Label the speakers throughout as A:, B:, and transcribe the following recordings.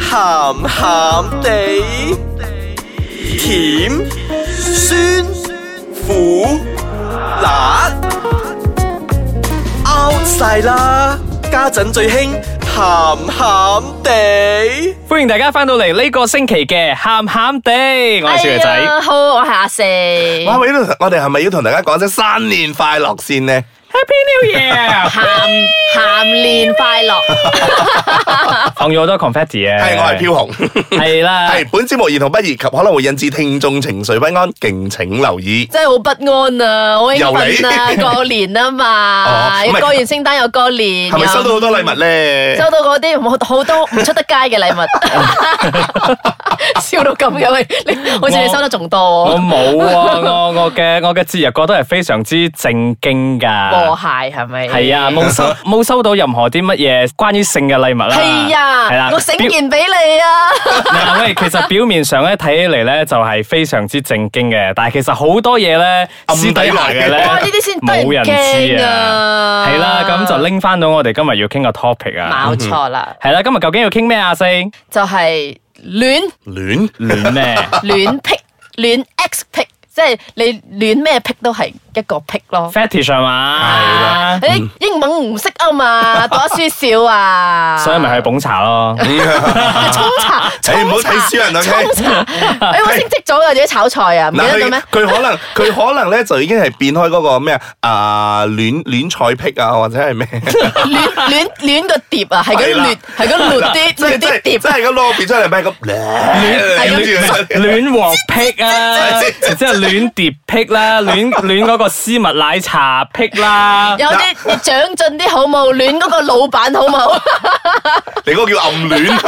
A: 鹹鹹地，甜酸苦辣 out 晒啦！家陣最興鹹鹹地。
B: 歡迎大家翻到嚟呢個星期嘅鹹鹹地，我係小爺
C: 哎
B: 仔。
C: 呀好，我係阿四。
D: 哇！我呢度我哋係咪要同大家講聲新年快樂先呢？
B: Happy New Year！
C: 鹹鹹年快 樂，
B: 放咗好多 confetti 啊！
D: 係我係飄紅，
B: 係
C: 啊
B: 啦，
D: 係本節目兒童不宜及可能會引致聽眾情緒不安，敬請留意。
C: 真係好不安啊！好興奮啊！
D: 又嚟
C: 過年啊嘛，
D: 哦唔係
C: 過完聖誕又過年，
D: 係咪收到好多禮物
C: 又
D: 呢？
C: 收到嗰啲好好 多唔出得街嘅禮物， 笑到咁嘅喂，你好似你收得仲
B: 我
C: 多，
B: 冇啊，我我嘅我嘅節日過得係非常之正經
C: 和
B: 噶，
C: 諧係咪？
B: 係啊，冇收冇收到任何啲乜嘢關於性嘅禮物啦，
C: 係
B: 係啦
C: 啊，，我醒件俾 你啊！
B: 嗱，喂，其實表面上咧睇起嚟咧就係非常之正經嘅，但係其實好多嘢咧
D: 暗
B: 私
D: 底
B: 底下嘅咧，
D: 嚟嘅
C: 哇呢啲先得人
B: 冇人知
C: 驚
B: 啊。
C: 啊！
B: 係啦，咁就拎翻到我哋今日要傾嘅 topic 啊
C: 冇。錯啦，
B: 係啦，今日究竟要傾咩啊？四
C: 就係戀。
D: 戀
B: 戀咩？
C: 戀 癖、戀 X 癖，即係你戀咩癖都係一個癖咯。
B: fetish 係嘛？
D: 嗯
C: 你英文唔識啊嘛， 讀得書少啊，
B: 所 以咪去捧茶咯。
D: 啊
C: 沖 茶，
D: 誒唔
C: 沖
D: 好
C: 茶
D: 睇小人，OK？
C: 沖茶， 哎我升職咗啊，自己炒菜啊，唔記
D: 嗱，
C: 得咗
D: 佢
C: 咩？
D: 佢可 能佢可能咧就已經係變開嗰個咩啊啊戀戀菜癖啊，或 者係咩？
C: 戀戀戀個碟啊，係
D: 係
C: 咁
D: 啦
C: 亂，係咁 亂啲
D: 即係
C: 亂
D: 即
C: 啲
D: 係
C: 碟啊
D: 即。係個攞變出嚟咩咁？
B: 戀鑊
C: 係
D: 跟住
B: 癖啊，然之後戀碟癖啦， 戀戀嗰個絲襪奶茶癖啦。
C: 有啲你長進啲好冇，戀嗰個老闆好 冇，
D: 你嗰個叫暗戀。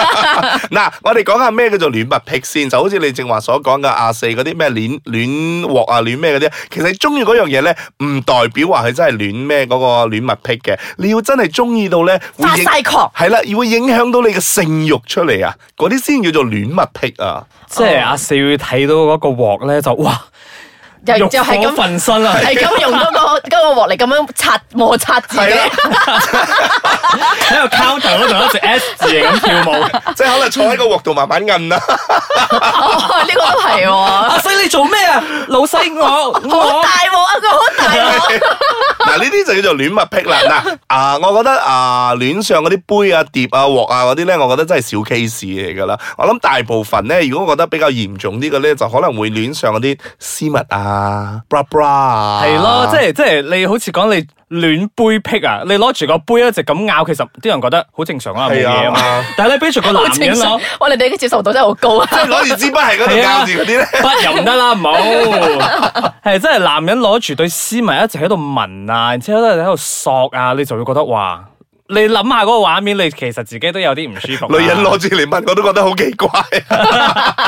D: 嗱，我哋講下咩叫做戀物癖先，就好似你正話所講嘅阿四嗰啲咩戀戀鑊啊、戀咩嗰啲，其實中意嗰樣嘢咧，唔代表話佢真係戀咩嗰個戀物癖嘅。你要真係中意到咧，會
C: 發
D: 影
C: 晒狂。
D: 係啦，會影響到你嘅性慾出嚟啊，嗰啲先叫做戀物癖啊。
B: 即係阿四會睇到嗰個鑊咧，就哇
C: 又
B: 欲
C: 又係
B: 火
C: 咁
B: 焚身啊！
C: 係咁用嗰個嗰個鑊嚟咁樣擦摩擦自
D: 係
C: 己
D: 啦。
B: 喺個 counter 嗰度一直 S 字形咁跳舞。
D: 即係可能坐喺個鑊度慢慢摁啊啦，
C: 哦，呢個都係 喎，
B: 阿四你做咩啊？老細我
C: 好大鑊啊！佢好大 鑊，
D: 嗱呢啲就叫做戀物癖啦。 嗱啊，我覺得啊，戀上嗰啲杯啊、碟啊、鑊啊嗰啲咧，我覺得真係小 case 嚟㗎啦。我諗大部分咧，如果我覺得比較嚴重啲嘅咧，就可能會戀上嗰啲絲襪啊、bra bra 啊。
B: 係咯，即係即係你好似講你戀杯癖啊，你攞住個杯一直咁咬，其實啲人覺得好正常啊，冇
D: 係啊
B: 嘢啊嘛。但係你俾住個
C: 好
B: 男
C: 正
B: 人
C: 常
B: 攞，。
C: 哇！你哋嘅接受度真係好高啊！
D: 即係攞住支筆喺嗰度
B: 係啊
D: 教住嗰 啲咧。
B: 筆又唔得啦，唔好。 係真係男人攞住對絲襪一直喺度聞啊，然之後咧喺度索啊，你就會覺得哇！你諗下嗰個畫面，你其實自己都有啲唔舒服啊。
D: 女人攞住嚟問我都覺得好奇怪，
B: 嗯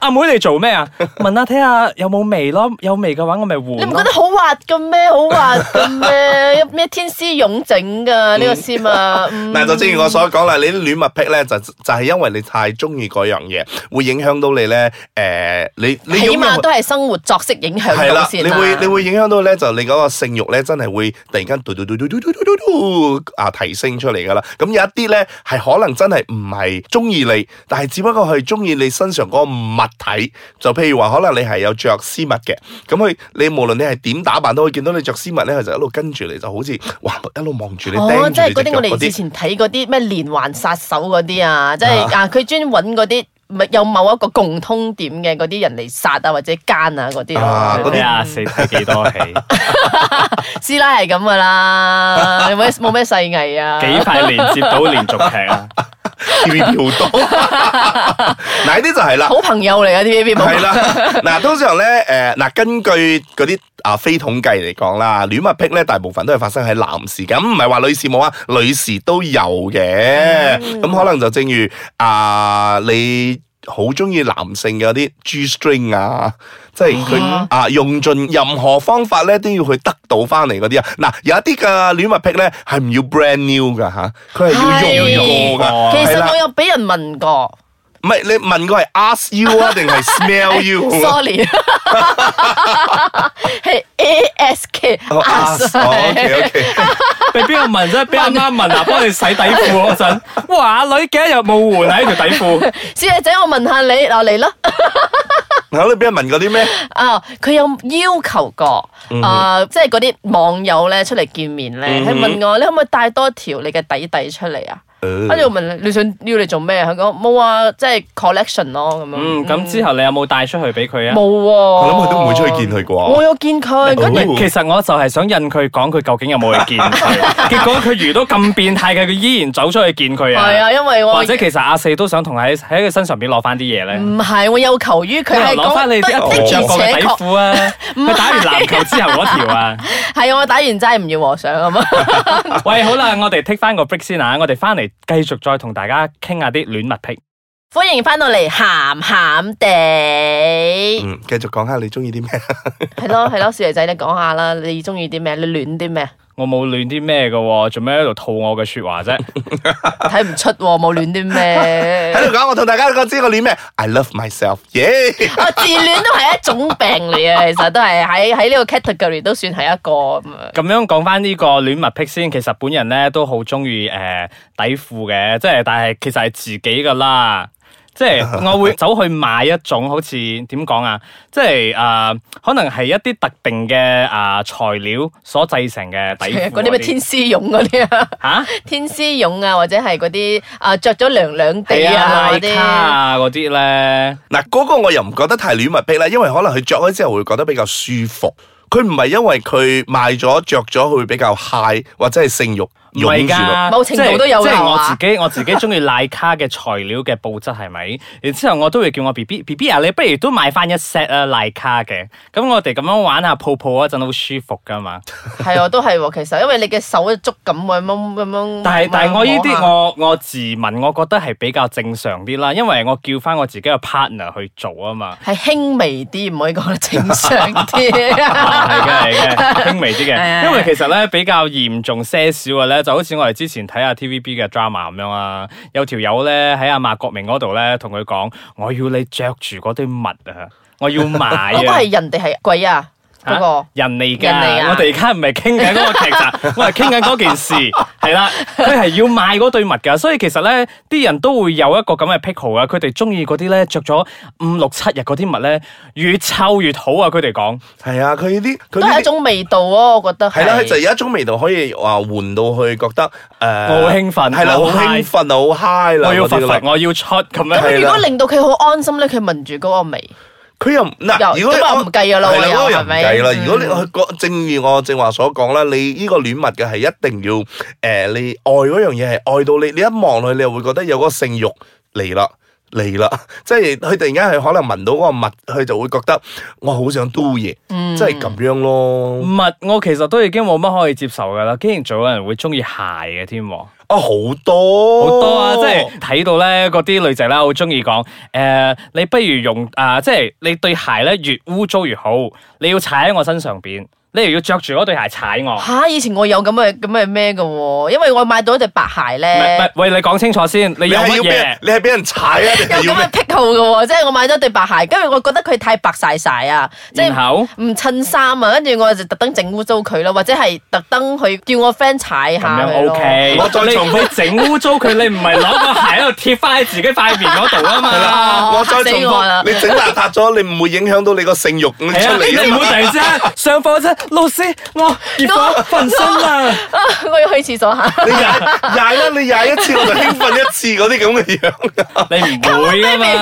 B: 阿妹你做咩啊？聞下睇下有冇味咯，有味嘅話我咪換咯。
C: 你唔覺得好滑嘅咩？好滑嘅咩？ 咩天絲絨整噶呢個絲啊？嗯
D: 嗱就正如我所講啦，你啲戀物癖咧就就係因為你太中意嗰樣嘢，會影響到你咧誒，你你
C: 起
D: 擁
C: 碼
D: 有
C: 都係生活作息影響
D: 係
C: 到
D: 啦，
C: 先啊
D: 你
C: 啦。
D: 會你會影響到咧，就你嗰個性慾咧，真係會突然間嘟嘟嘟嘟嘟嘟嘟嘟嘟啊提升出嚟噶啦。咁有一啲咧係可能真係唔係中意你，但係只不過係中意你身上嗰個物體。就譬如話，可能你係有着絲襪嘅，咁佢你無論你係點打扮都可以見到你着絲襪咧，佢就一路跟住你，就好似哇一路望住你盯住
C: 哦，
D: 你
C: 即係嗰啲我
D: 隻腳嗰
C: 哋以
D: 啲。
C: 前睇嗰啲咩連環殺手嗰啲啊，即係啊，佢專揾嗰啲咪有某一個共通點嘅嗰啲人嚟殺啊，或者奸啊嗰啲
D: 啊
C: 咯
D: 嗰。
B: 睇
D: 啲
B: 下四睇幾多戲，
C: 師奶係咁噶啦，有冇冇咩細藝啊？
B: 幾快連接到連續劇 啊！
D: TVB 好多，嗱呢啲就係 啦。
C: 好朋友嚟啊 TVB 冇
D: 係 啦，嗱，通常咧，誒、嗱，根據嗰啲啊非統計嚟講啦，戀物癖咧，大部分都係發生喺男士嘅，咁唔係話女士冇啊，女士都有嘅，咁、可能就正如啊、你好中意男性嘅嗰啲 G string 啊，即係佢啊用盡任何方法咧都要去得到翻嚟嗰啲啊，嗱、有一啲嘅戀物癖咧係唔要 brand new 噶吓，佢係要用過
B: 係
D: 噶，
C: 其
D: 係
C: 實
D: 啦
C: 我有俾人問過，
D: 唔係你問佢係 ask you 啊，定係 smell you？
C: Sorry，係 A S K
D: 哦
B: 啊
D: 啊
C: us
D: OK OK，
B: 俾邊個問啫？俾阿媽問啊，幫你洗底褲嗰陣，哇！女幾多日冇換啊？呢條底 褲，
C: 小姐仔，我問下你，嗱嚟啦。
D: 嗱你俾人問過啲咩？
C: 啊，佢有要求過，啊，即係嗰啲網友咧出嚟見面咧，佢問我你可唔可以帶多條你嘅底底出嚟啊？
D: 呃
C: 跟住我問你想要嚟做咩？佢講冇啊，即係 collection 咯咁樣。
B: 嗯，咁之後你有冇帶出去俾佢啊
C: 冇？喎。
D: 我
C: 我
D: 諗佢都唔會出去見。佢
C: 我
D: 啩。
C: 有見佢，跟住
D: 冇
B: 其實我就係想引佢講佢究竟有冇去見佢， 結果佢遇到咁變態嘅，佢依然走出去見佢
C: 係
B: 啊！
C: 啊，因為我
B: 或者其實阿四都想同喺喺佢身上邊攞翻啲嘢咧，
C: 唔係我有求於佢係
B: 啊攞
C: 講
B: 翻你一
C: 對的
B: 條着過嘅
C: 而且
B: 底
C: 確
B: 褲啊，
C: 唔係
B: 佢打完籃球之後嗰條 啊。
C: 係啊我打完齋唔要和尚啊嘛。
B: 喂，好啦，我哋 take 翻個 break 先啊，我哋翻嚟繼續再同大家傾下啲戀物癖。
C: 歡迎翻到嚟，咸咸地
D: 嗯，繼續講下你中意 啲咩？
C: 係咯係咯，小爺仔你講下啦，你中意啲咩？你戀啲咩？
B: 我冇亂啲咩嘅喎，做咩喺度套我嘅説話 啫？
C: 睇唔出喎，冇戀啲 咩？
D: 喺度講，我同大家講知我戀咩？I love myself，耶！
C: 啊，自戀都係一種病嚟啊嘅，其實都係喺喺呢個 category 都算係一個咁啊。
B: 咁樣講翻呢個戀物癖先，其實本人咧都好中意誒底褲嘅，即係但係其實係自己噶啦。即 係我會走去買一種好似點講啊，即係啊、可能係一啲特定嘅啊、材料所製成嘅底褲啊
C: 嗰啲咩天絲絨嗰啲 啊，
B: 嚇
C: 天絲絨啊，或者係嗰啲啊着咗涼涼地
B: 係啊
C: 啊嗰
B: 拉卡
C: 啲，
B: 啊嗰啲咧。
D: 嗱，嗰個我又唔覺得太戀物癖啦，因為可能佢着咗之後會覺得比較舒服。佢唔係因為佢賣咗着咗，佢會比較 high 或者係性慾
B: 唔係
D: 湧住咯。
B: 㗎，
C: 某程度都有啊
B: 即係即
C: 㗎
B: 係我
C: 係嘛
B: 自己，我 自己中意奶卡嘅材料嘅布質係咪？然之後我都會叫我 B B B B 啊，你不如都買翻一 set 啊奶卡嘅。咁我哋咁樣玩下泡泡嗰陣好舒服㗎嘛。
C: 係啊，都係喎。其實因為你嘅手嘅觸感咁樣咁樣，
B: 但係但係我呢
C: 摸
B: 啲
C: 下
B: 我我自問，我覺得係比較正常啲啦，因為我叫翻我自己嘅 partner 去做啊嘛。
C: 係輕微啲，唔可以講得正常啲。
B: 係嘅，係啊嘅，輕微啲嘅。
C: 係
B: 因為其實咧比較嚴重些少嘅咧，就好似我哋之前睇下 TVB 嘅 drama 咁樣啊。有條友咧喺阿馬國明嗰度咧，同佢講：我要你着住嗰對襪啊， 我要買啊。
C: 嗰個係人哋係鬼啊，嗰
B: 啊
C: 個
B: 人嚟㗎，
C: 人嚟㗎
B: 我哋而家唔係傾緊嗰個劇 集，我係傾緊嗰件事，係啦，佢係要買嗰對襪㗎，所以其實咧，啲人都會有一個咁嘅癖好啊，佢哋中意嗰啲咧着咗五六七日嗰啲襪咧，越臭越好啊，佢哋講。
D: 係啊，佢呢啲
C: 都
D: 佢呢
C: 係一
D: 啲
C: 種味道咯，我覺得
D: 係啦，佢就有一種味道可以話換到去覺得誒，呃
B: 我好興奮
D: 係啦，好
B: 我好
D: 興
B: high
D: 奮，好 high 啦，
B: 我要
D: 嗰啲
B: 罰
D: 啦
B: 罰，我要出咁樣。
D: 係
C: 咁
D: 啦
C: 如果令到佢好安心咧，佢聞住嗰個味，
D: 佢又唔嗱，
C: 又
D: 如果
C: 咁又唔計㗎啦
D: 係
C: 喎
D: 啦，
C: 又
D: 嗰個又唔計啦。
C: 係咪
D: 如果你去正如我正話所講啦，你呢個戀物嘅係一定要誒、呃你愛嗰樣嘢係愛到你，你一望落去，你又會覺得有嗰個性慾嚟啦。嚟啦， 即係佢突然間係可能聞到嗰個物，佢就會覺得我好想 do 嘢，即係咁樣咯。
B: 唔係，我其實都已經冇乜可以接受噶啦，竟然仲有人會中意鞋嘅添喎，好
D: 啊，好多
B: 多啊！即係睇到咧，嗰啲女仔啦，好中意講誒，你不如用啊、即係你對鞋咧越污糟越好，你要踩喺我身上邊，你又要着住嗰對鞋踩我。唔
C: 吓，以前我有咁嘅咁嘅咩嘅喎，因為我買到一對白鞋
B: 係唔係
C: 咧，
B: 喂，你講清楚先，你
D: 你
B: 有
D: 係
B: 乜
D: 要俾人
B: 嘢？
D: 你係俾人踩 啊，定
C: 有
D: 係
C: 咁
D: 要咩
C: 嘅？癖好嘅喎，即係我買咗對白鞋，跟住我覺得佢太白晒晒啊，即
B: 然
C: 係
B: 後
C: 唔襯衫啊，跟住我就特登整污糟佢咯，或者係特登去叫我 friend 踩
B: 咁
C: 下
B: 樣
C: 佢咯。
B: OK，
D: 我再重
B: 你你整污糟佢，你唔係攞個鞋喺度貼翻喺自己塊面嗰度啊嘛。
C: 哦
D: 我再重
C: 嚇死我啦
D: 複，你整邋遢咗，你唔會影響到你個性慾咁
B: 係
D: 出
B: 啊，
D: 嚟啊
B: 你唔
D: 嘛
B: 好突然之間上課啫，老師，我結
C: 我
B: 婚分身啦。
C: 啊 我要去廁所下。
D: 你踩踩啦，你踩一次我就興奮一次嗰啲咁嘅樣。
B: 你 唔會噶 嘛？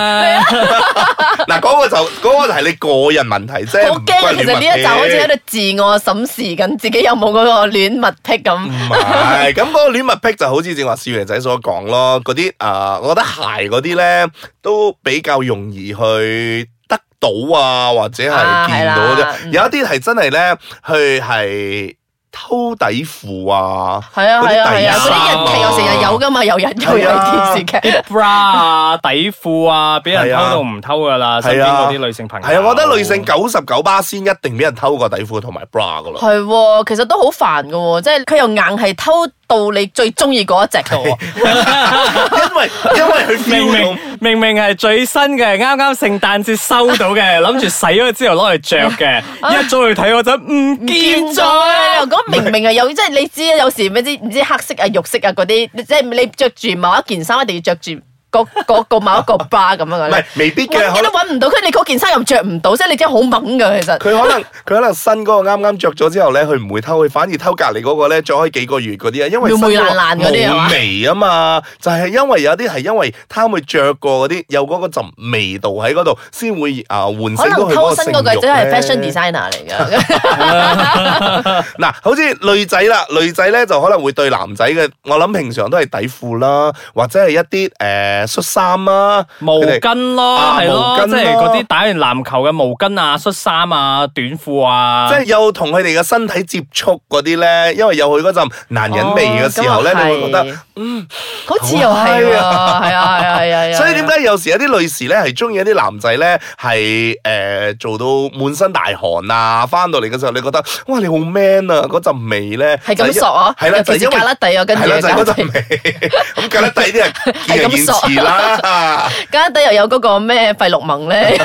D: 嗱，嗰個就嗰個就係你個人問題啫。
C: 好驚，啊其實呢一集好似喺
D: 度。
C: 度自我審視緊自己有冇嗰個戀物癖咁
D: 唔。係，咁嗰個戀物癖就好似正話少爺仔所講咯，嗰啲啊，我覺得鞋嗰啲咧都比較容易去得到啊，或者係
C: 啊係
D: 見
C: 啦
D: 到啫。
C: 嗯
D: 有一啲係真係咧，去係偷底褲啊。
C: 係啊係啊係啊，嗰
D: 嗰啲
C: 啲日
D: 第一
C: 劇又成日有噶嘛，又日又有
D: 係啊
C: 電視劇。
B: bra 啊、底褲啊，俾人
D: 係
B: 偷
D: 啊
B: 到唔偷噶啦，身
D: 係
B: 邊
D: 啊
B: 嗰啲女性朋友。
D: 係啊，我覺得女性九十九巴仙一定俾人偷過底褲同埋 bra 噶啦。
C: 係喎，其實都好煩噶喎，即係佢又硬係偷到你最中意嗰一隻噶喎，
D: 因 為因為
B: 明
D: 佢 feel
B: 明
D: 到。
B: 明明係最新嘅，啱啱聖誕節收到 嘅，諗住洗咗之後攞嚟着 嘅，一早去睇嗰陣啊唔見咗啊。
C: 又講明明係有，即係你知啊，有時咩知唔知黑色啊、肉色啊嗰啲，即係你着住某一件衫，一定要着住嗰嗰個某一個 bra 咁樣嘅
D: 唔
C: 咧
D: 係。未必嘅
C: 揾
D: 可
C: 你
D: 能
C: 都揾唔到，佢你嗰件衫又着唔到，即係你真係好猛㗎，其實。
D: 佢可 能佢可能新嗰個啱啱着咗之後咧，佢唔會偷，佢反而偷隔離嗰個咧着開幾個月嗰啲啊，因為
C: 妹妹
D: 新嗰個
C: 爛爛嗰啲係嘛
D: 冇味啊嘛，就係、因為有啲係因為貪佢着過嗰啲有嗰個陣味道喺嗰度，先會啊喚醒
C: 可
D: 到
C: 能
D: 佢
C: 偷
D: 個
C: 身
D: 性
C: 嗰個
D: 慾
C: 真係
D: 咧
C: fashion designer 嚟㗎，
D: 嗱，好似女仔啦，女仔咧就可能會對男仔嘅，我諗平常都係底褲啦，或者係一啲誒恤衫啦，
B: 毛
D: 佢哋
B: 巾咯，
D: 啊
B: 係咯
D: 毛，巾
B: 即係嗰啲
D: 咯
B: 打完籃球嘅毛巾啊、恤衫啊、短褲啊，
D: 即係有同佢哋嘅身體接觸嗰啲咧，因為有佢嗰陣男人味嘅時候咧，
C: 哦咁
D: 你
C: 又
D: 會覺得
C: 係，好似又係喎，係啊係啊係啊係啊。
D: 所以點解有時有啲女士咧係中意一啲男仔咧係誒做到滿身大汗啊，翻到嚟嘅時候你覺得哇你好 man 啊，嗰陣味咧
C: 係咁索啊？
D: 係啦，
C: 尤
D: 就
C: 其是
D: 係因為
C: 格甩底啊，跟住
D: 係啦，就係
C: 格拉
D: 嗰
C: 底
D: 陣味，咁格得底啲人見仁
C: 係
D: 見
C: 咁索
D: 智啦。
C: 格拉底又有嗰個咩費洛蒙咧，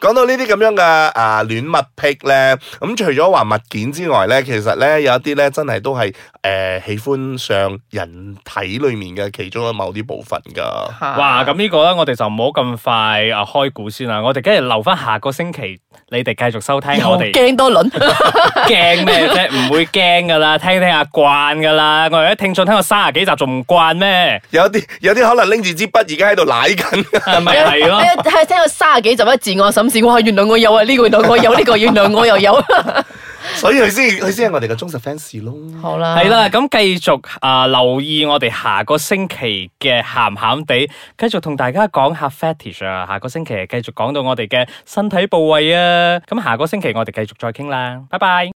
D: 講到呢啲咁樣嘅啊戀物癖咧，咁除咗話物件之外咧，其實咧有一啲咧真係都係誒、呃喜歡上人體裡面嘅其中嘅某啲部分 噶。
B: 哇！咁呢個咧，我哋就唔好咁快啊開估先啦，我哋梗係留翻下個星期，你哋繼續收聽
C: 又
B: 我哋。
C: 驚多輪。
B: 驚咩啫？唔會驚噶啦，聽聽下慣噶啦。我哋啲聽眾聽過三十幾集仲唔慣咩？
D: 有啲有啲可能拎住支筆而家喺度舐緊，
B: 係咪
C: 哎
B: 係咯？
C: 係係聽到卅幾集咧自我審視，哇！原來我有啊，呢個原來我有，呢個原來我又有。
D: 所以佢先佢先係我哋嘅忠實 fans 咯。
C: 好啦，
B: 係啦，咁繼續啊、留意我哋下個星期嘅鹹鹹地，繼續同大家講下 fetish 啊。下個星期繼續講到我哋嘅身體部位啊。咁下個星期我哋繼續再傾啦，拜拜。